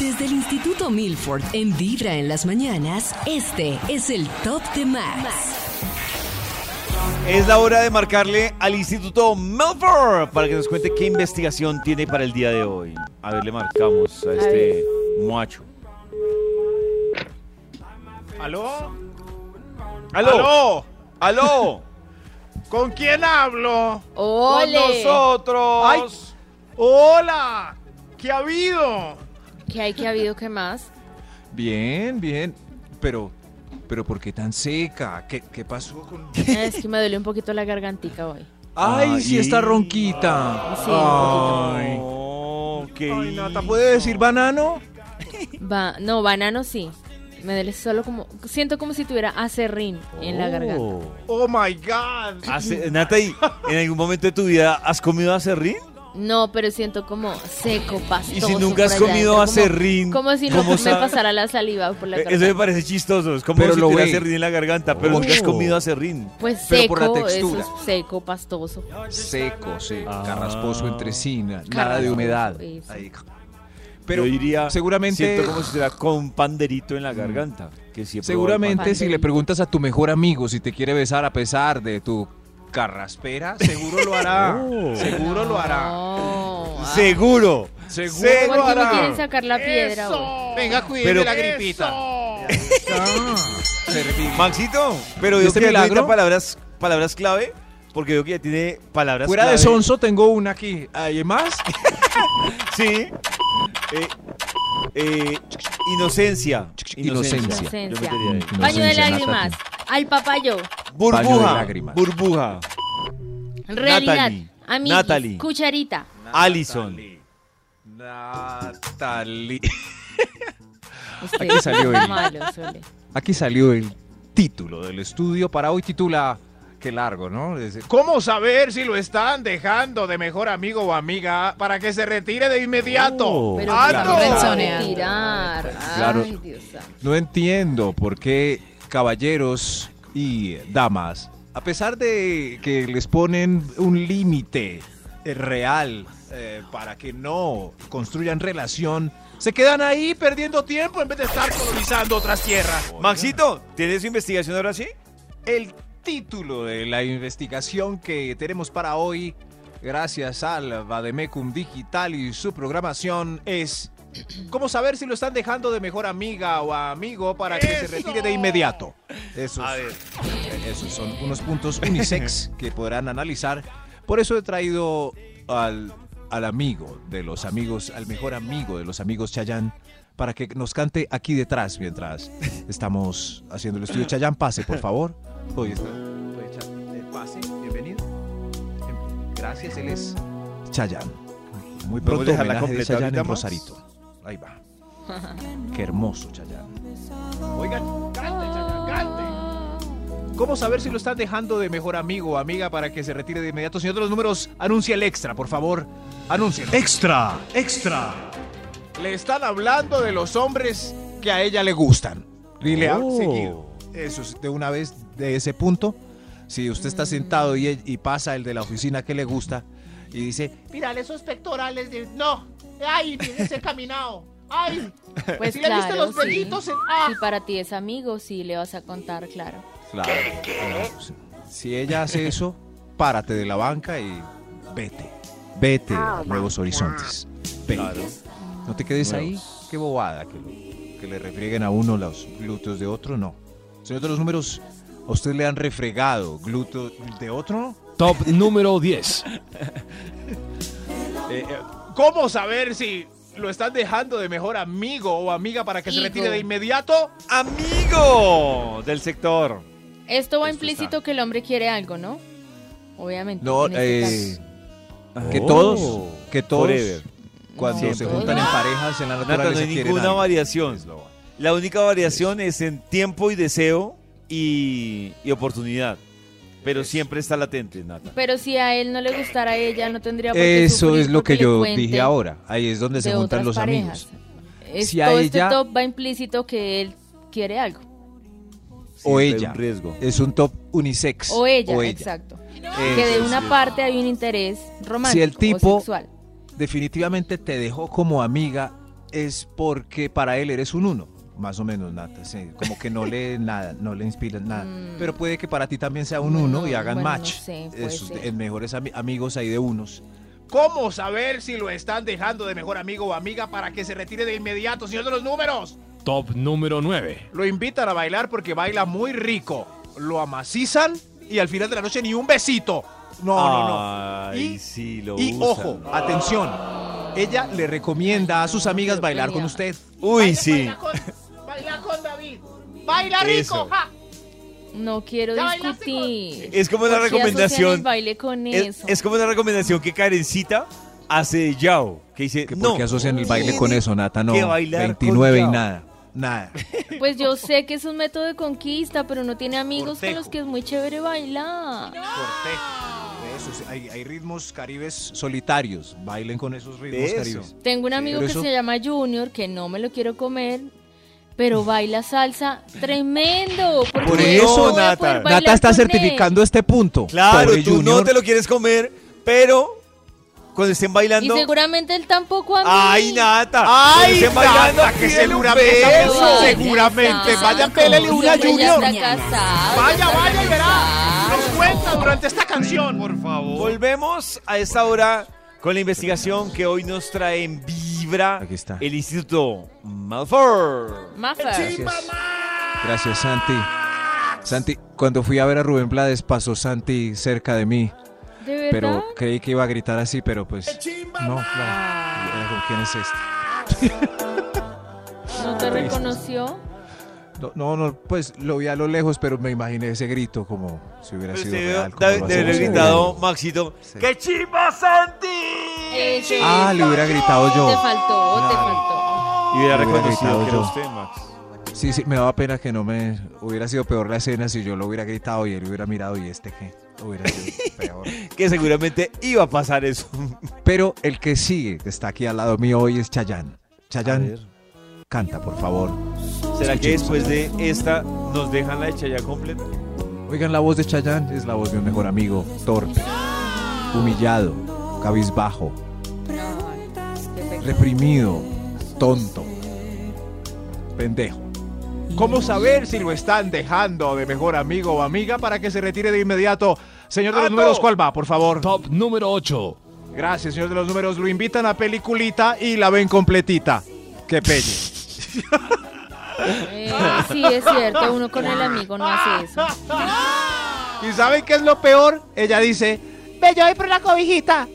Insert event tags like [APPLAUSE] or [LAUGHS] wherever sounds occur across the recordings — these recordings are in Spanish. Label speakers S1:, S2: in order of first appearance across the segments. S1: Desde el Instituto Milford en Vibra en las mañanas, este es el Top de Max.
S2: Es la hora de marcarle al Instituto Melbourne para que nos cuente qué investigación tiene para el día de hoy. A ver, le marcamos a este muacho.
S3: ¿Aló?
S2: ¡Aló!
S3: ¿Aló?
S2: ¡Aló!
S3: ¿Con quién hablo?
S2: ¡Con
S4: ¡Ole!
S3: Ay.
S2: nosotros!
S3: ¡Hola! ¿Qué ha habido?
S4: ¿Qué hay que ha habido? ¿Qué más?
S5: Bien, bien. Pero, pero ¿por qué tan seca? ¿Qué, qué pasó con...?
S4: Es que me duele un poquito la gargantica hoy.
S5: ¡Ay, sí está
S2: Ay.
S5: ronquita!
S4: Sí,
S2: Ah.
S4: un
S5: ¡Ay!
S2: Oh, qué
S5: Ay, Nata,
S2: rico.
S5: ¿puede decir banano?
S4: poquito. Ba- no, banano sí. Me duele solo como... Siento como si tuviera acerrín en la garganta.
S2: Oh.
S3: Oh my god.
S2: Ace- Nata, ¿y ¿en algún momento de tu vida has comido acerrín?
S4: No, pero siento como seco, pastoso.
S2: Y si nunca has
S4: por allá
S2: comido
S4: adentro, como-
S2: acerrín,
S4: Como, si no
S2: ¿cómo
S4: me
S2: sabe?
S4: pasara la saliva por la
S2: Eh, Eso me
S4: garganta.
S2: parece chistoso. Es como
S5: Pero
S2: si
S5: lo
S2: tuviera
S5: ve.
S2: acerrín en la garganta, pero
S5: Oh.
S2: nunca has comido acerrín.
S4: Pues
S5: Pero por la
S4: seco, eso
S5: textura.
S4: es seco, pastoso.
S5: Seco, seco.
S2: Ah.
S5: Carrasposo, entresina. Nada de
S4: Carrasposo,
S5: humedad.
S4: eso.
S5: Ahí.
S2: Pero
S5: Pero
S2: Yo diría,
S5: seguramente-
S2: siento como si estuviera con un panderito en la garganta. Que sí he probado el
S5: seguramente si
S4: Panderito.
S5: le preguntas a tu mejor amigo si te quiere besar a pesar de tu carraspera, seguro lo hará.
S2: [LAUGHS] Oh.
S5: Seguro lo hará.
S4: No. ah.
S2: Seguro.
S5: Seguro.
S4: ¿Por qué no quieren
S2: Seguro.
S4: sacar la piedra hoy?
S3: Venga,
S2: Pero-
S3: cuídeme la gripita.
S5: Servil.
S2: Maxito, pero
S5: ¿Y
S2: yo
S5: este
S2: que ya tiene
S5: milagro?
S2: palabras, palabras clave, porque veo que ya tiene palabras
S5: Fuera
S2: clave.
S5: de sonso tengo una aquí. Además,
S2: Sí. Eh, eh, inocencia.
S5: Inocencia.
S2: Yo metería ahí.
S4: Paño de
S5: Inocencia, Nata,
S4: lágrimas. Al papayo.
S5: Baño de
S2: Burbuja.
S5: lágrimas.
S2: Burbuja.
S4: Realidad.
S2: Natalie,
S4: Amiguis.
S2: Natalie.
S4: Cucharita.
S2: Allison.
S5: Natalie.
S4: Usted
S5: Aquí salió
S4: es
S5: el-
S4: malo, Sole.
S5: Aquí salió el título del estudio para hoy. Titula. Qué largo, ¿no? Es-
S3: ¿Cómo saber si lo están dejando de mejor amigo o amiga para que se retire de inmediato?
S2: Oh.
S4: Pero
S3: ¡Ah,
S4: claro,
S3: no!
S4: claro. tirar.
S5: Claro.
S4: Ay, Dios santo.
S5: No entiendo por qué caballeros y damas, a pesar de que les ponen un límite eh, real eh, para que no construyan relación, se quedan ahí perdiendo tiempo en vez de estar colonizando otras tierras.
S2: Maxito, ¿tienes su investigación ahora sí?
S5: El título de la investigación que tenemos para hoy, gracias al Vademecum Digital y su programación, es cómo saber si lo están dejando de mejor amiga o amigo para que se
S3: ¡Eso!
S5: retire de inmediato. Esos,
S2: A ver.
S5: eh, esos son unos puntos unisex
S2: [LAUGHS]
S5: que podrán analizar. Por eso he traído al, al amigo de los amigos, al mejor amigo de los amigos Chayán, para que nos cante aquí detrás mientras estamos haciendo el estudio. Chayán, pase, por favor. Hoy está. Puede echar el pase, bienvenido. Em, Gracias, él es Chayán. Muy pronto
S2: dejarla
S5: homenaje de
S2: completa
S5: Chayán
S2: ahorita más?
S5: en Rosarito. Ahí va. Qué hermoso Chayán.
S3: Oigan, cante, chaca, cante. [LAUGHS]
S5: ¿Cómo saber si lo están dejando de mejor amigo o amiga para que se retire de inmediato? Señor de los números, anuncia el extra, por favor. Anuncia.
S6: Extra, extra.
S5: Le están hablando de los hombres que a ella le gustan. Y le
S2: Oh.
S5: han seguido. Eso es de una vez de ese punto. Si usted está sentado y, y pasa el de la oficina que le gusta y dice,
S3: Mírale esos pectorales de. No. Ay, ese caminado. Ay.
S4: Pues
S3: Si le viste
S4: claro,
S3: los
S4: sí.
S3: vellitos en- ah.
S4: Si para ti es amigo, sí le vas a contar, claro.
S5: Claro. claro, sí. Si ella hace eso, párate de la banca y vete. Vete a nuevos horizontes. Vete. No te quedes ahí. Qué bobada que, lo- que le refrieguen a uno los glúteos de otro, no. Señor de los números, ¿a usted le han refregado glúteos de otro?
S6: Top número 10.
S3: Eh, eh, ¿Cómo saber si lo están dejando de mejor amigo o amiga para que se
S4: Hijo.
S3: retire de inmediato?
S2: Amigo del sector.
S4: Esto va
S5: Eso
S4: implícito
S5: está.
S4: que el hombre quiere algo, ¿no? Obviamente.
S5: No,
S4: en este
S5: eh, que eh, todos, que todos
S2: Oh. Forever. pues.
S5: Cuando
S4: No,
S5: se
S4: todos.
S5: juntan en parejas en la
S2: Nata, no
S5: naturaleza
S2: hay
S5: quieren
S2: ninguna
S5: algo.
S2: variación.
S5: Es lo-
S2: La única variación es en tiempo y deseo y, y oportunidad. Pero siempre está latente, Nata.
S4: Pero si a él no le gustara a ella, no tendría por qué
S5: Eso
S4: sufrir
S5: es lo
S4: porque le
S5: que yo
S4: cuente
S5: dije ahora. Ahí es donde
S4: de
S5: se juntan
S4: otras
S5: los
S4: parejas.
S5: amigos.
S4: Es-
S5: Si a
S4: todo
S5: ella-
S4: este top va implícito que él quiere algo.
S5: O
S2: Siempre hay
S5: ella.
S2: Un riesgo.
S5: Es un top unisex. Eh,
S4: O ella, exacto. que de una parte hay un interés romántico
S5: Si el tipo-
S4: o sexual.
S5: Definitivamente te dejó como amiga es porque para él eres un uno. Más o menos, Nata. sí. Como que
S4: [LAUGHS]
S5: no le nada, no le inspiras nada.
S4: Mm.
S5: Pero puede que para ti también sea un
S4: Bueno,
S5: uno y hagan
S4: bueno, no
S5: match.
S4: sé, puede
S5: Esos
S4: ser.
S5: de- mejores ami- amigos ahí de unos.
S3: ¿Cómo saber si lo están dejando de mejor amigo o amiga para que se retire de inmediato, señor de los números?
S6: Top número 9.
S3: Lo invitan a bailar porque baila muy rico. Lo amacizan y al final de la noche ni un besito. No,
S4: Ah,
S3: no, no.
S2: Ay,
S3: Y,
S2: sí, lo
S3: y
S2: usan.
S3: ojo, atención. Ella le recomienda a sus amigas bailar con usted.
S2: Uy, sí.
S3: con, baila con David. Baila
S2: Eso.
S3: ja.
S4: No quiero
S3: Ya bailaste con-
S4: discutir.
S2: Es como la
S4: ¿Por qué asocian el
S2: recomendación.
S4: baile con
S2: Es,
S4: eso.
S2: es como la recomendación que Karencita hace de Yao. Que dice,
S5: Que
S2: no,
S5: porque asocian el baile con
S2: tiene
S5: eso, Nata. No,
S2: que bailar con
S5: 29 y
S2: Yao.
S5: nada.
S4: [LAUGHS]
S5: Nada.
S4: Pues yo sé que es un método de conquista, pero uno tiene amigos
S3: Cortejo.
S4: con los que es muy chévere bailar.
S5: Cortejo. De esos, hay, hay ritmos caribes solitarios. Bailen con esos
S2: De
S5: ritmos
S2: esos.
S5: caribes.
S4: Tengo un amigo
S5: Pero
S4: que
S5: eso-
S4: se llama Junior, que no me lo quiero comer, pero baila salsa tremendo. porque
S5: Por
S4: yo
S5: eso,
S4: voy a
S2: Nata.
S4: poder
S2: Nata
S4: bailar
S5: Nata está
S4: con él.
S5: certificando este punto.
S2: Claro,
S5: Pobre
S2: tú no
S5: Junior.
S2: te lo quieres comer, pero cuando estén
S4: Y
S2: bailando.
S4: seguramente él tampoco a mí.
S2: ¡Ay, Nata!
S3: Ay,
S2: Cuando estén bailando,
S3: Nata, que
S2: pídele un
S3: seguramente-
S2: beso.
S4: Pero vaya,
S3: seguramente.
S4: está.
S3: Vaya, pélele
S4: Como
S3: una,
S4: siempre,
S3: Junior.
S4: Pues Ya está casado,
S3: Vaya,
S4: ya está
S3: vaya y verá.
S4: casado.
S3: Nos cuenta durante esta canción. Por favor.
S2: Volvemos a esta hora con la investigación que hoy nos trae en Vibra
S5: Aquí está.
S2: el Instituto Malfour.
S4: Maffer.
S5: Gracias. Gracias, Santi. Santi, cuando fui a ver a Rubén Blades, pasó Santi cerca de mí.
S4: ¿De verdad?
S5: Pero creí que iba a gritar así, pero pues. No, claro. Yo digo, ¿Quién es este?
S4: ¿No te reconoció?
S5: No, No, no, pues lo vi a lo lejos, pero me imaginé ese grito como si hubiera sido real. como lo
S2: David
S5: hacemos
S2: Pues haber
S5: en el
S2: gritado
S5: mundo.
S2: Maxito.
S5: Sí.
S2: ¡Qué chimba, Santi!
S3: Eh,
S4: Ese-
S5: Ah, le hubiera gritado
S4: Oh, Te
S5: yo.
S4: faltó, te faltó.
S2: Y hubiera
S5: Lo hubiera
S2: reconocido
S5: gritado
S2: que era
S5: yo.
S2: usted, Max.
S5: Sí, sí, me daba pena que no me hubiera sido peor la escena si yo lo hubiera gritado y él hubiera mirado y este qué. Hubiera sido
S2: [LAUGHS]
S5: peor.
S2: Que seguramente iba a pasar eso.
S5: Pero el que sigue, que está aquí al lado mío hoy, es Chayán.
S2: A ver.
S5: Chayán, canta, por favor.
S2: ¿Será que después de esta nos dejan la hecha ya completa?
S5: Oigan, la voz de Chayán es la voz de un mejor amigo, torpe, humillado, cabizbajo, reprimido, tonto, pendejo.
S3: ¿Cómo saber si lo están dejando de mejor amigo o amiga para que se retire de inmediato? Señor de los
S2: ¡Alto!
S3: números, ¿cuál va, por favor?
S6: Top número 8.
S3: Gracias, señor de los números. Lo invitan a peliculita y la ven completita. Qué pelle.
S4: Eh, sí, es cierto, uno con el amigo no hace eso.
S3: ¿Y saben qué es lo peor? Ella dice, ve, yo voy por la cobijita.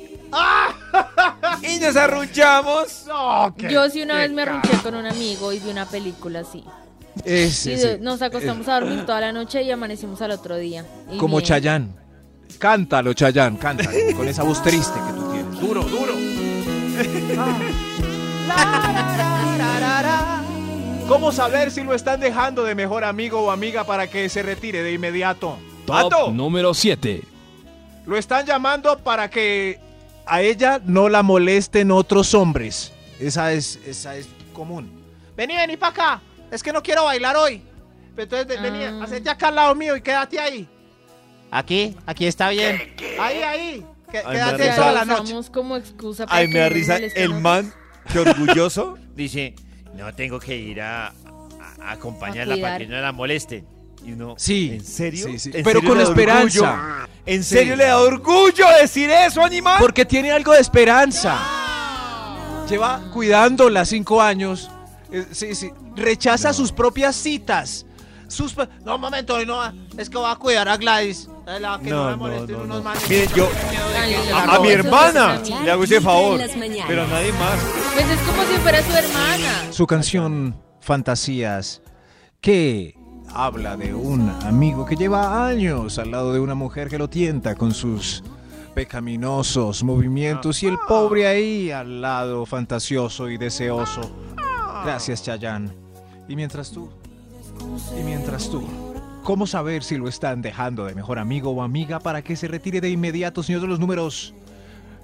S2: Y nos arrunchamos.
S3: No, qué-
S4: Yo sí una
S3: qué
S4: vez me
S3: ca-
S4: arrunché con un amigo y vi una película así.
S5: Es,
S4: y
S5: es-
S4: de- nos acostamos a dormir toda la noche y amanecimos al otro día. Y
S5: como
S4: bien.
S5: Chayán. Cántalo, Chayán, cántalo, con esa voz triste que tú tienes.
S3: Duro, [LAUGHS] duro. ¿Cómo saber si lo están dejando de mejor amigo o amiga para que se retire de inmediato?
S6: Top
S3: ¡Pato!
S6: número 7.
S3: Lo están llamando para que
S5: A ella no la molesten otros hombres. Esa es, esa es común.
S3: Vení, vení para acá. Es que no quiero bailar hoy. Entonces, de- vení,
S4: Ah.
S3: hacete acá al lado mío y quédate ahí.
S7: Aquí, aquí está bien.
S3: Ahí, ahí. Que-
S2: me
S3: quédate
S4: Ya
S3: ahí
S2: da
S3: toda
S4: lo
S3: la noche.
S4: usamos como excusa para
S2: Ay,
S4: que
S2: me da
S4: no nos
S2: risa el
S4: molestemos.
S2: man que [LAUGHS] orgulloso
S7: Dice, no tengo que ir a, a- a acompañarla
S4: A
S7: para
S4: cuidar.
S7: que no la molesten.
S2: Y uno,
S5: Sí,
S2: ¿En serio?
S5: sí, sí.
S2: ¿En
S5: Pero
S2: serio
S5: con
S2: le da
S5: esperanza.
S2: orgullo? ¿En serio le da orgullo decir eso, animal?
S5: Porque tiene algo de esperanza. Lleva cuidándola cinco años. Eh, sí, sí. Rechaza sus propias citas. Sus pa-
S3: No, un momento, hoy no. Es que voy a cuidar a Gladys. Ay, la que no, me molesten unos manes.
S2: Miren, yo
S4: Ay, yo
S2: a,
S4: la
S2: a mi
S4: gozo,
S2: hermana
S4: eso es una-
S2: le hago ese favor, pero a
S1: Pero
S2: nadie más.
S4: Pues es como si fuera su hermana.
S5: Su canción Fantasías, que habla de un amigo que lleva años al lado de una mujer que lo tienta con sus pecaminosos movimientos y el pobre ahí al lado fantasioso y deseoso. Gracias, Chayán. Y mientras tú, y mientras tú, ¿cómo saber si lo están dejando de mejor amigo o amiga para que se retire de inmediato, señor de los números?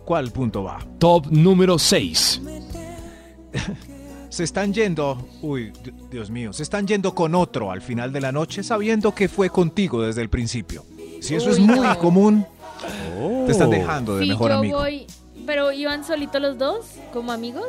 S5: ¿Cuál punto va?
S6: Top número 6.
S5: Se están yendo, uy, di- Dios mío, se están yendo con otro al final de la noche sabiendo que fue contigo desde el principio. Si eso
S4: Uy,
S5: es muy
S4: no.
S5: común, te están dejando de
S4: Si
S5: mejor
S4: yo
S5: amigo.
S4: voy, pero iban solitos los dos, como amigos.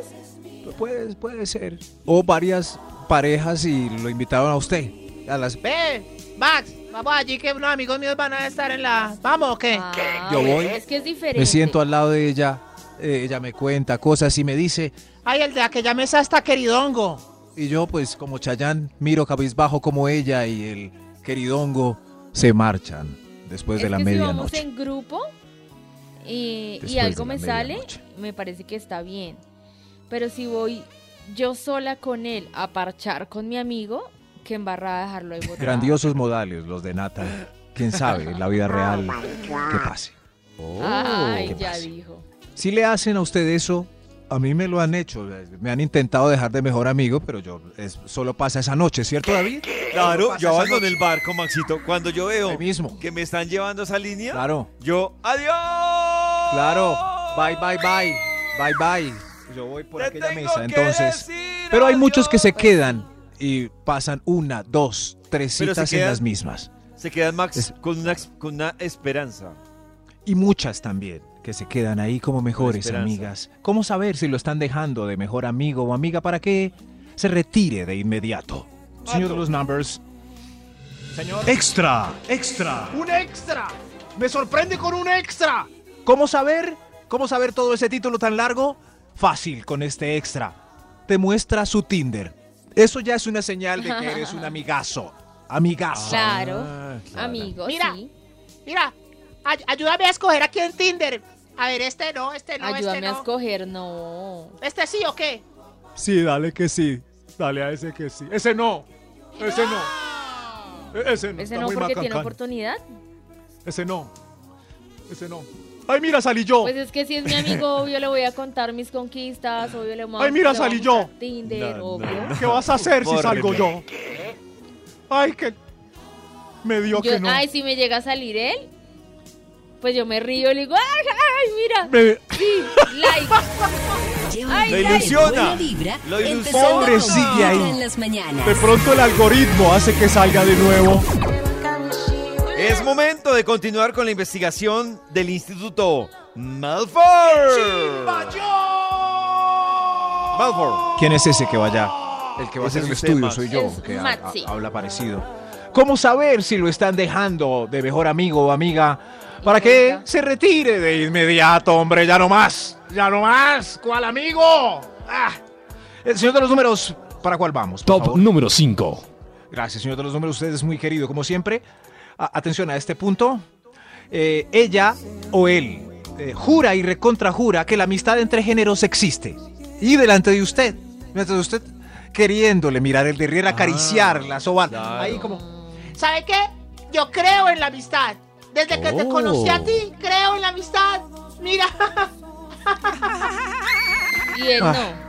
S5: Puede, puede ser. O varias parejas y lo invitaron a usted. A las...
S8: Ve, Max, vamos allí que unos amigos míos van a estar en la... ¿Vamos o qué?
S4: Ah,
S5: Yo voy,
S4: Es que es diferente.
S5: Me siento al lado de ella, eh, ella me cuenta cosas y me dice,
S8: Ay, el de aquella mesa está queridongo.
S5: y yo pues como Chayán miro cabizbajo como ella y el queridongo se marchan después
S4: Es
S5: de la
S4: que si vamos
S5: medianoche.
S4: en grupo y, y
S5: Después de
S4: algo
S5: la
S4: me sale,
S5: medianoche.
S4: me parece que está bien. Pero si voy yo sola con él a parchar con mi amigo, que embarrada dejarlo ahí botado.
S5: Grandiosos modales los de Nata. Quién sabe en la vida real qué
S4: Ay,
S5: pase. Oh, ¿Qué
S4: ya
S5: pasa? Ah,
S4: dijo.
S5: Si le hacen a usted eso, a mí me lo han hecho. Me han intentado dejar de mejor amigo, pero yo es- solo pasa esa noche, ¿cierto, David?
S2: Claro, yo abandoné el barco, Maxito. Cuando yo veo
S5: Ahí mismo.
S2: que me están llevando esa línea,
S5: Claro,
S2: yo, ¡adiós!
S5: claro. Bye, bye, bye. Bye, bye. Yo voy por
S2: Te
S5: aquella
S2: tengo
S5: mesa,
S2: que
S5: entonces.
S2: decir
S5: Pero hay muchos que se
S2: adiós.
S5: quedan y pasan una, dos, tres
S2: Pero se
S5: citas en
S2: quedan-
S5: las mismas.
S2: Se quedan, Max,
S5: Es-
S2: con una, ex- con una esperanza.
S5: Y muchas también que se quedan ahí como mejores
S2: esperanza.
S5: amigas. ¿Cómo saber si lo están dejando de mejor amigo o amiga para que se retire de inmediato? Señor de los numbers.
S3: Extra, extra. Un extra. Me sorprende con un extra.
S5: ¿Cómo saber? ¿Cómo saber todo ese título tan largo? Fácil con este extra. Te muestra su Tinder. Eso ya es una señal de que [LAUGHS] eres un amigazo. Amigazo.
S4: Claro, amigo,
S8: Mira,
S4: sí.
S8: Mira, ay- ayúdame a escoger aquí en Tinder. A ver, este no, este no,
S4: Ayúdame
S8: este
S4: a
S8: no.
S4: escoger, no.
S8: ¿Este sí o qué?
S3: Sí, dale que sí. Dale a ese que sí. Ese no. Ese no. E- Ese no.
S4: Ese
S3: Está
S4: no
S3: muy
S4: porque tiene
S3: macancán.
S4: oportunidad.
S3: Ese no. Ese no. Ay, mira, salí yo.
S4: Pues es que si es mi amigo, obvio le voy a contar mis conquistas, obvio le voy a
S3: Ay, mira,
S4: le voy a
S3: salí yo.
S4: mostrar Tinder, obvio.
S3: ¿Qué vas a hacer si
S2: Pobre
S3: salgo
S2: Mel.
S3: yo? Ay, que me dio
S4: Yo-
S3: que no.
S4: Ay, si me llega a salir él, pues yo me río y le digo, ay, ay, mira,
S3: Me-
S4: sí, like.
S1: Lleva
S4: Ay,
S1: una
S2: Lo ilusiona.
S1: buena vibra,
S2: Lo
S1: empezando
S2: ilusiona.
S1: con
S5: Sigue ahí.
S1: vibra en las mañanas.
S3: De pronto el algoritmo hace que salga de nuevo.
S2: Es momento de continuar con la investigación del Instituto Malfoy. Malfoy.
S5: ¿Quién es ese que va allá? El que va a
S2: Ese es
S5: hacer el
S2: usted,
S5: estudio
S2: Max.
S5: soy [LAUGHS] yo,
S4: Es
S5: que ah, ha-
S4: Maxi.
S5: ha- habla parecido. ¿Cómo saber si lo están dejando de mejor amigo o amiga para que
S4: Venga.
S5: se retire de inmediato, hombre? Ya no más, ya no más. ¿Cuál amigo? Ah. El señor de los números, ¿para cuál vamos? por
S6: Top
S5: favor?
S6: número 5.
S5: Gracias, señor de los números. Usted es muy querido, como siempre. A- atención a este punto. Eh, ella o él eh, jura y recontrajura que la amistad entre géneros existe. Y delante de usted, mientras usted queriéndole mirar el derriere, acariciarla, sobar.
S2: claro.
S5: Ahí como,
S8: ¿Sabe qué? Yo creo en la amistad. Desde que te
S6: Oh.
S8: conocí a ti, creo en la amistad.
S4: [LAUGHS]
S8: Mira,
S4: Y él
S5: Ah.
S4: no.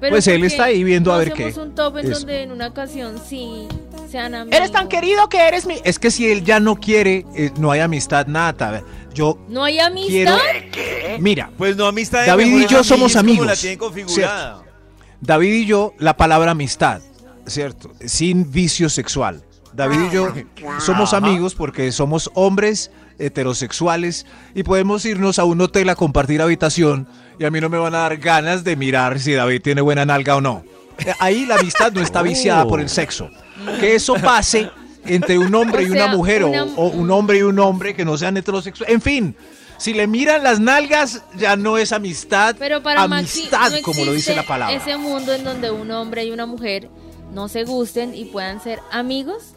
S4: Pero
S5: Pues él
S4: porque
S5: está ahí viendo a
S4: no
S5: ver
S4: hacemos
S5: qué
S4: un top en
S5: es.
S4: donde en una ocasión sí sean amigos.
S8: eres tan querido que
S4: [LAUGHS]
S8: eres mi...
S5: es que si él ya no quiere, eh, no hay amistad nata. Yo
S4: No hay amistad.
S5: quiero... Mira,
S2: Pues no, amistad. de
S5: David y
S2: mejores
S5: yo somos
S2: es como la
S5: amigos.
S2: tienen configurada.
S5: David y yo, la palabra amistad, ¿cierto? Sin vicio sexual. David y yo somos amigos porque somos hombres heterosexuales y podemos irnos a un hotel a compartir habitación y a mí no me van a dar ganas de mirar si David tiene buena nalga o no. Eh, Ahí la amistad no está viciada por el sexo. Que eso pase entre un hombre
S4: O
S5: y una
S4: sea,
S5: mujer o-
S4: una-
S5: o un hombre y un hombre que no sean heterosexuales. En fin, si le miran las nalgas ya no es amistad,
S4: Pero para Maxi
S5: amistad
S4: no
S5: como lo dice
S4: existe
S5: la palabra.
S4: Ese mundo en donde un hombre y una mujer no se gusten y puedan ser amigos.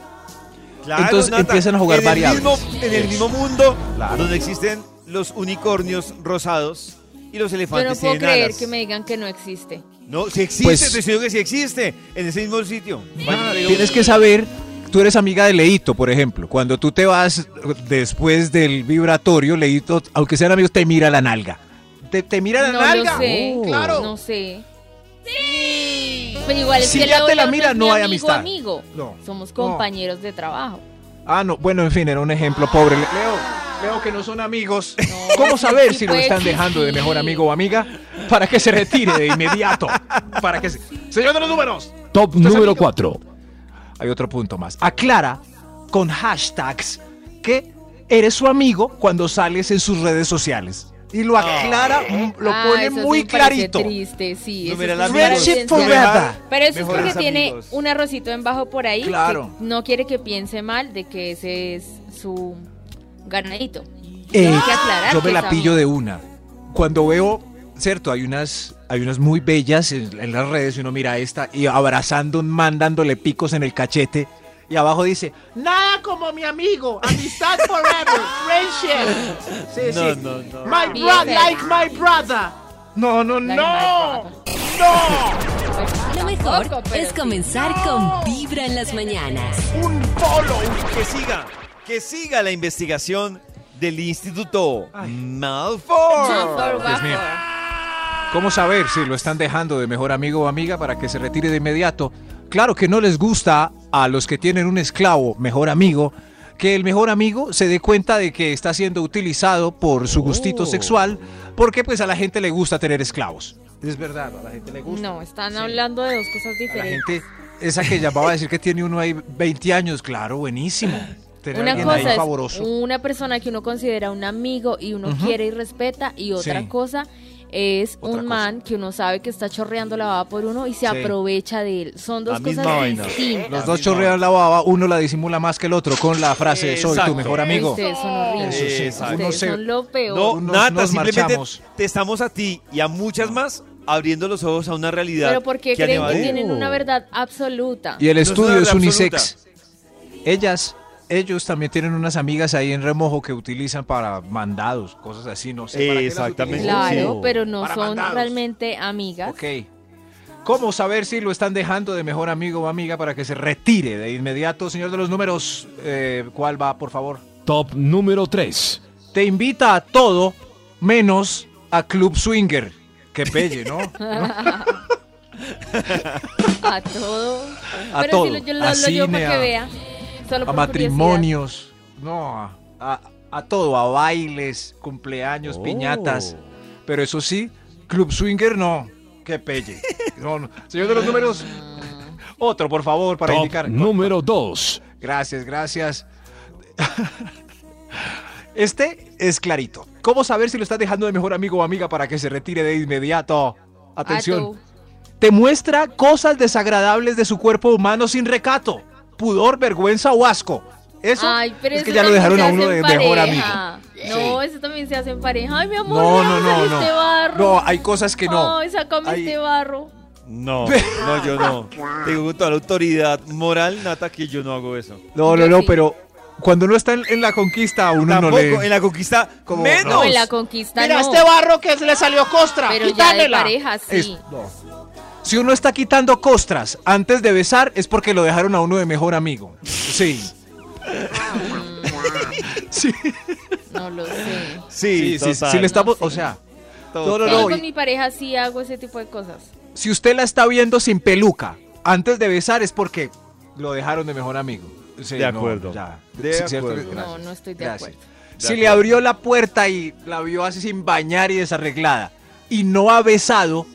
S2: Claro,
S5: Entonces
S2: Nata,
S5: empiezan a jugar
S2: en el
S5: variables.
S2: mismo- en el mismo mundo
S5: Claro.
S2: donde existen los unicornios rosados y los
S4: Yo no
S2: elefantes
S4: puedo
S2: tienen
S4: creer
S2: alas.
S4: que me digan que no existe.
S2: No, si existe,
S5: Pues-
S2: te estoy diciendo que sí existe en ese mismo sitio.
S5: Tienes que saber tú eres amiga de Leito, por ejemplo. Cuando tú te vas después del vibratorio, Leito, aunque sean amigos, te mira la nalga. Te, te mira la
S4: No
S5: nalga.
S4: lo sé.
S5: Oh, claro.
S4: No sé. Pero igual es
S5: Si
S4: que
S5: ya
S4: el
S5: te la
S4: otro es
S5: mira,
S4: mi
S5: no hay
S4: amigo,
S5: amistad.
S4: Amigo.
S5: No.
S4: Somos compañeros de trabajo.
S5: Ah, no. Bueno, en fin, era un ejemplo pobre. Le- Leo, veo que no
S3: [LAUGHS]
S5: son amigos.
S4: No,
S5: ¿Cómo
S4: sí,
S5: saber
S4: sí
S5: si lo
S4: puede
S5: están dejando de
S4: existir.
S5: mejor amigo o amiga? Para que se retire de inmediato. Para que se... Señor de los números.
S6: Top
S5: es
S6: número
S5: amigo?
S6: 4.
S5: Hay otro punto más. Aclara con hashtags que eres su amigo cuando sales en sus redes sociales. Y lo aclara, mm, lo
S4: Ah,
S5: pone
S4: eso sí
S5: muy
S4: me parece
S5: clarito.
S4: Triste, sí. eso
S2: Numeral
S4: es como
S2: amigos.
S4: para
S5: Friendship
S4: evidenciar.
S5: forever.
S4: Pero eso es
S2: Mejores
S4: porque tiene
S2: amigos.
S4: un arrocito en bajo por ahí.
S5: Claro.
S4: Que no quiere que piense mal de que ese es su ganadito.
S5: Eh,
S4: Hay que aclarar
S5: yo
S4: que
S5: me la
S4: es
S5: pillo
S4: amigo.
S5: de una. Cuando veo, cierto, hay unas, hay unas muy bellas en, en las redes y uno mira esta y abrazando un man dándole picos en el cachete y abajo dice,
S8: Nada como mi amigo. Amistad forever. Friendship. Sí,
S2: No,
S8: sí.
S2: no, no.
S8: My
S4: Bien.
S8: brother, like my brother.
S5: no, no,
S4: Like
S5: no.
S4: my brother. Pues,
S1: Lo mejor
S4: tampoco, pero
S1: es
S4: sí.
S1: comenzar con Vibra en las mañanas.
S2: Un polo. Que siga. Que siga la investigación del Instituto Malfoy.
S4: Por favor.
S5: mío. ¿Cómo saber si lo están dejando de mejor amigo o amiga para que se retire de inmediato? Claro que no les gusta a los que tienen un esclavo, mejor amigo, que el mejor amigo se dé cuenta de que está siendo utilizado por su gustito
S2: Oh.
S5: sexual, porque pues a la gente le gusta tener esclavos. Es verdad, a la gente le
S4: No, están hablando de dos cosas
S5: A la
S4: diferentes.
S5: gente, esa que llamaba a decir que tiene uno ahí 20 años, claro, buenísimo. Tener a
S4: Una
S5: alguien ahí
S4: cosa es
S5: favoroso.
S4: una persona que uno considera un amigo y uno quiere y respeta y otra
S5: Sí.
S4: cosa es
S5: Otra
S4: un
S5: cosa.
S4: man que uno sabe que está chorreando la baba por uno y se
S5: Sí.
S4: aprovecha de él. Son dos
S2: La misma
S4: cosas
S2: vaina.
S4: distintas.
S5: Los dos chorrean la baba, uno la disimula más que el otro con la frase soy
S2: Exacto.
S5: tu mejor amigo.
S4: Ustedes son horribles.
S2: Eso sí,
S4: Ustedes
S2: uno
S5: se-
S4: son lo peor.
S2: No,
S5: Unos
S2: Nata,
S5: nos
S2: simplemente
S5: marchamos.
S2: te estamos a ti y a muchas más abriendo los ojos a una realidad.
S4: Pero porque
S2: han
S4: creen que
S2: evadido.
S4: tienen una verdad absoluta.
S5: Y el
S2: No es una
S5: estudio
S2: regla
S5: es unisex. Ellas, ellos también tienen unas amigas ahí en remojo que utilizan para mandados, cosas así, no sé. para qué las
S2: Exactamente.
S5: utilizan.
S4: Claro,
S2: Sí.
S4: pero no
S5: Para
S4: son
S5: mandados.
S4: realmente amigas.
S5: Ok. ¿Cómo saber si lo están dejando de mejor amigo o amiga para que se retire de inmediato, señor de los números? eh, ¿Cuál va, por favor?
S6: Top número 3.
S5: Te invita a todo menos a Club Swinger. Qué
S4: [LAUGHS]
S5: pelle, ¿no?
S4: A todo.
S5: A
S4: pero
S5: todo.
S4: si lo, yo lo,
S5: A
S4: lo llevo
S5: cine,
S4: para que
S5: a-
S4: vea. Solo
S5: a
S4: por curiosidad.
S5: matrimonios, no, a, a- a todo, a bailes, cumpleaños,
S2: Oh.
S5: piñatas. Pero eso sí, Club Swinger no. Qué pelle. No, no. Señor
S4: Ah.
S5: de los números, otro, por favor, para
S6: Top
S5: indicar.
S6: número 2.
S5: Gracias, gracias. Este es clarito. ¿Cómo saber si lo estás dejando de mejor amigo o amiga para que se retire de inmediato? Atención.
S4: A
S5: Te muestra cosas desagradables de su cuerpo humano sin recato. Pudor, vergüenza o asco.
S4: tu.
S5: Eso
S4: Ay, pero
S5: es que
S4: eso
S5: ya lo
S4: también
S5: dejaron
S4: se
S5: a
S4: hace
S5: uno
S4: en
S5: de mejor amigo.
S4: pareja. No, eso también se hace en pareja. Ay, mi amor,
S5: No,
S4: no,
S5: no, no,
S4: este
S5: no.
S4: barro.
S5: No, hay cosas que no.
S4: Ay, sácame
S5: Ay.
S4: este barro.
S2: No, no, yo no. Tengo con toda la autoridad moral, Nata, que yo no hago eso.
S5: No,
S4: Yo
S5: no, no,
S4: sí.
S5: pero cuando uno está en, en la conquista, a uno
S2: Tampoco,
S5: no le...
S2: en la conquista,
S5: Como-
S2: menos.
S4: No, en la conquista
S8: Mira,
S4: no.
S8: este barro que le salió costra.
S4: pero ya de
S8: Quítamela.
S4: pareja, sí.
S5: Es- no. Si uno está quitando costras antes de besar, es porque lo dejaron a uno de mejor amigo. Sí.
S4: [LAUGHS]
S5: sí,
S4: No lo sé.
S2: Sí,
S5: sí, sí,
S2: total,
S5: sí le estamos...
S4: No
S5: O
S4: sé.
S5: sea,
S2: total.
S5: no, no,
S4: Yo
S5: no,
S4: con
S5: y-
S4: mi pareja sí hago ese tipo de cosas.
S5: si usted la está viendo sin peluca antes de besar, es porque lo dejaron de mejor amigo. Sí,
S2: De
S5: no,
S2: acuerdo.
S5: ya.
S2: De
S5: Sí, ¿cierto?
S2: acuerdo.
S5: Gracias.
S4: No, no estoy de
S5: Gracias.
S4: acuerdo.
S5: Si le abrió la puerta y la vio así sin bañar y desarreglada y no ha besado,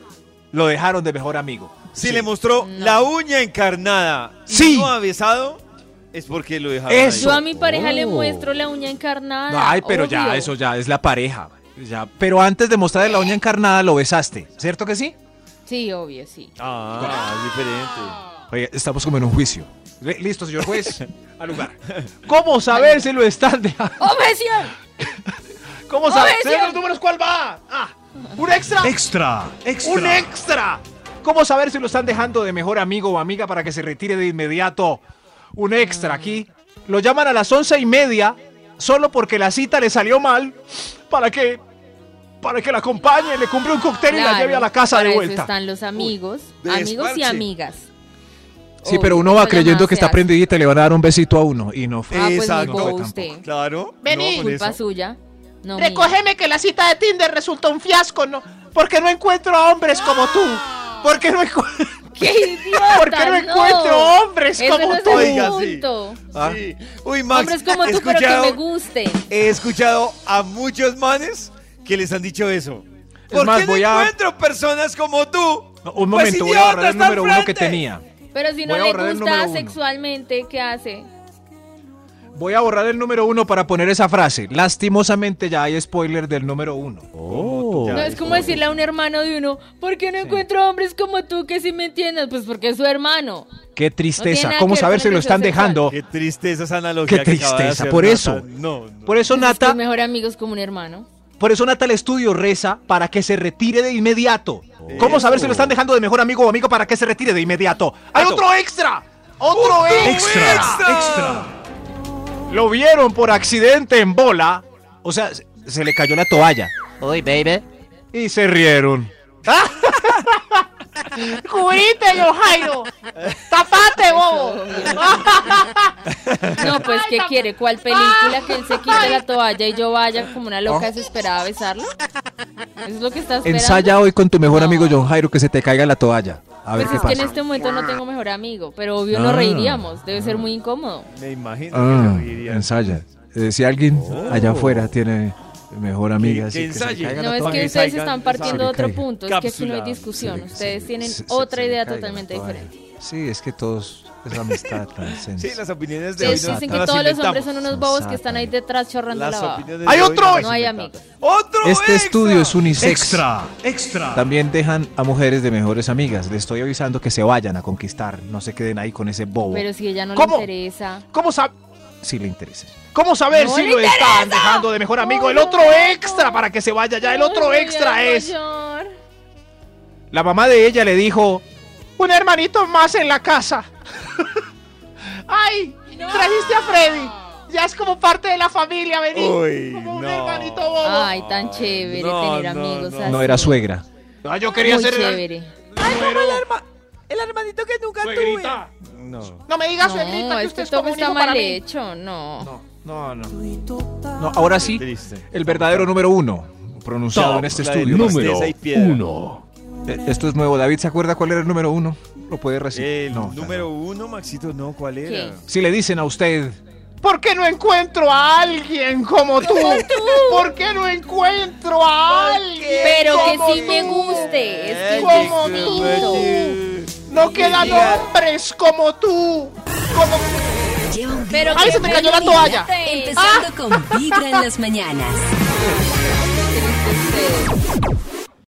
S5: lo dejaron de mejor amigo.
S2: Si
S5: Sí.
S2: le mostró
S4: No.
S2: la uña encarnada y
S5: Sí.
S2: no ha besado, es porque lo dejaron
S5: Eso.
S4: Yo
S2: ahí.
S4: a mi pareja le
S6: Oh.
S4: muestro la uña encarnada.
S5: Ay, pero ya,
S4: Ah, obvio.
S5: eso ya es la pareja. Ya, pero antes de mostrarle la uña encarnada lo besaste, ¿cierto que sí?
S4: Sí, obvio, sí.
S2: Ah, es diferente.
S5: Oye, estamos como en un juicio. Li- Listo, señor
S4: [LAUGHS]
S5: juez, al lugar. ¿Cómo saber si lo están dejando?
S4: ¡Objeción!
S5: ¿Cómo saber?
S4: Oye,
S5: Señor,
S4: señor.
S8: ¿Los números cuál va? Ah, un extra.
S6: Extra.
S8: Un extra.
S5: ¿Cómo saber si lo están dejando de mejor amigo o amiga para que se retire de inmediato? Un extra aquí. Lo llaman a las once y media solo porque la cita le salió mal para que para que la acompañe, le compre un cóctel y la
S4: Claro,
S5: lleve a la casa
S4: para
S5: de
S4: eso
S5: vuelta.
S4: están los amigos,
S2: de
S4: amigos y
S2: desparche.
S4: amigas.
S5: Sí,
S4: o
S5: pero uno
S4: esa
S5: va
S4: llamada
S5: creyendo
S4: se
S5: que está
S4: hace.
S5: prendidita y le van a dar un besito a uno. Y no fue.
S4: Ah, pues
S2: Exacto.
S4: Nico,
S5: Tampoco.
S4: usted.
S2: Claro.
S8: Vení.
S2: no, con
S4: Culpa
S2: eso.
S4: suya. No, mía.
S8: Recógeme que la cita de Tinder resultó un fiasco, ¿no? Porque no encuentro a hombres como tú. Porque no, encu-
S4: ¡Qué idiota!
S8: porque no encuentro hombres
S4: Ese
S8: como
S4: no es
S8: tú.
S4: el
S2: Oiga, sí.
S4: punto.
S2: Ah. Uy, Max,
S4: Hombres como
S2: he
S4: tú, pero que
S2: escuchado-
S4: me gusten.
S2: He escuchado a muchos manes que les han dicho eso.
S5: Es
S2: ¿Por
S5: más,
S2: qué no
S5: voy a-
S2: encuentro personas como tú?
S5: No, un
S2: Pues,
S5: momento, voy
S2: idiota,
S5: a borrar el
S2: está
S5: número uno que
S2: enfrente.
S5: tenía.
S4: Pero si no
S5: Voy a
S4: le
S5: borrar el
S4: gusta
S5: número uno.
S4: sexualmente, ¿qué hace?
S5: Voy a borrar el número uno para poner esa frase. Lastimosamente ya hay spoiler del número uno.
S2: Oh.
S4: No es como decirle a un hermano de uno, ¿por qué no encuentro hombres como tú que sí me entiendas? Pues porque es su hermano.
S5: Qué
S4: No tiene
S5: tristeza.
S4: nada
S5: ¿Cómo
S4: que ver
S5: saber
S4: con
S5: si lo
S4: el
S5: están
S4: deseo sexual.
S5: dejando?
S2: Qué tristeza esa analogía.
S5: Qué
S2: que acaba de
S5: tristeza,
S2: hacer
S5: por
S2: Nata.
S5: eso.
S2: No, no.
S5: Por eso
S4: Pues
S5: Nata,
S4: mejor amigos como un hermano.
S5: por eso Nata el estudio reza para que se retire de inmediato. ¿Cómo saber si lo están dejando de mejor amigo o amigo para que se retire de inmediato? ¡Hay otro extra! ¡Otro extra! Lo vieron por accidente en bola. O sea, se- se le cayó la toalla.
S9: Uy, baby.
S5: Y se rieron.
S8: Cubrite, yo, Jairo. Tapate, bobo. [LAUGHS]
S4: No, pues ¿qué quiere? ¿Cuál película que él se quite la toalla y yo vaya como una loca desesperada a besarlo? ¿Es lo que está esperando?
S5: Ensaya hoy con tu mejor
S4: No.
S5: amigo John Jairo que se te caiga la toalla. A ver
S4: Pues
S5: qué
S4: es que en
S5: pasa.
S4: este momento no tengo mejor amigo, pero obvio no reiríamos, debe ser muy incómodo.
S2: Me imagino
S5: Ah,
S2: que se reiría.
S5: ensaya. Eh, si alguien allá afuera tiene mejor
S2: Oh. que
S5: amiga, así que se
S2: ensaye.
S5: caiga la
S4: No, es
S5: toalla.
S4: que
S2: que
S4: ustedes
S2: salgan,
S4: están
S2: que
S4: partiendo de
S5: salgan.
S4: otro punto, es que aquí no hay
S2: Cápsula,
S4: discusión,
S5: se-
S4: ustedes
S5: se-
S4: pues tienen
S5: se- se-
S4: otra
S5: se le
S4: idea
S5: caiga la
S4: totalmente
S5: toalla.
S4: diferente.
S5: Sí, es que todos es amistad
S2: [LAUGHS]
S5: tan
S2: Sí,
S5: sencilla.
S2: las opiniones de
S4: Ustedes
S2: hoy no-
S4: dicen
S2: no
S4: que
S2: las
S4: todos los hombres
S2: inventamos.
S4: son unos bobos que
S5: Exactamente.
S4: están ahí detrás chorrando la
S2: Las
S4: baba.
S2: opiniones
S5: ¡Hay
S2: de hoy
S5: otro!
S2: las
S4: No hay
S2: inventamos.
S4: amigos.
S2: ¡Otro
S5: Este
S2: extra!
S5: estudio es unisex.
S3: extra.
S5: También dejan a mujeres de mejores amigas. Les estoy avisando que se vayan a conquistar. No se queden ahí con ese bobo.
S4: Pero si ella no
S3: ¿Cómo?
S4: le interesa.
S3: ¿Cómo, sab-
S5: si le interesa.
S3: cómo saber
S4: No
S3: si
S4: le
S3: lo están dejando de mejor amigo? El otro
S4: No.
S3: extra para que se vaya ya. El otro
S4: Ay,
S3: extra
S4: ay,
S3: es.
S4: mayor.
S5: La mamá de ella le dijo,
S8: Un hermanito más en la
S3: [LAUGHS]
S8: casa. Ay, trajiste a Freddy. Ya es como parte de la familia, vení.
S2: Uy,
S8: como un
S2: no.
S8: hermanito bobo.
S4: Ay, tan chévere
S2: No,
S4: tener
S2: no,
S4: amigos
S2: no.
S4: así.
S5: no era suegra.
S3: Ah, yo quería
S4: Muy
S3: ser
S4: chévere.
S9: El hermanito que nunca
S3: suegrita.
S2: No.
S8: No me digas, suegrita,
S4: No,
S8: que
S4: es
S8: usted
S4: que
S8: es como
S4: todo
S8: un
S4: está
S8: hijo para
S4: mal
S8: mí.
S4: hecho, no.
S5: No, no. No, ahora sí,
S2: Triste.
S5: el verdadero número uno pronunciado en este
S2: la de
S5: estudio.
S2: tristeza
S6: número
S2: y piedra.
S6: uno.
S5: Eh, Esto es nuevo. David, ¿se acuerda cuál era el número uno? Lo puede recibir.
S2: El
S5: No,
S2: número uno, Maxito, no, ¿cuál era?
S4: ¿Qué?
S5: Si le dicen a usted,
S8: ¿Por qué no encuentro a alguien como tú? ¿Por qué no encuentro a alguien?
S4: Pero que
S8: como
S4: sí me
S8: tú?
S4: guste, es que yo
S8: ¿Cómo
S4: necesito.
S8: No quedan hombres como tú. Como
S1: Lleva un
S4: Pero
S8: Ay,
S4: que
S8: se me
S4: me
S8: cayó la
S4: guste.
S8: toalla. Ah.
S1: Empezando con Vibra en las mañanas.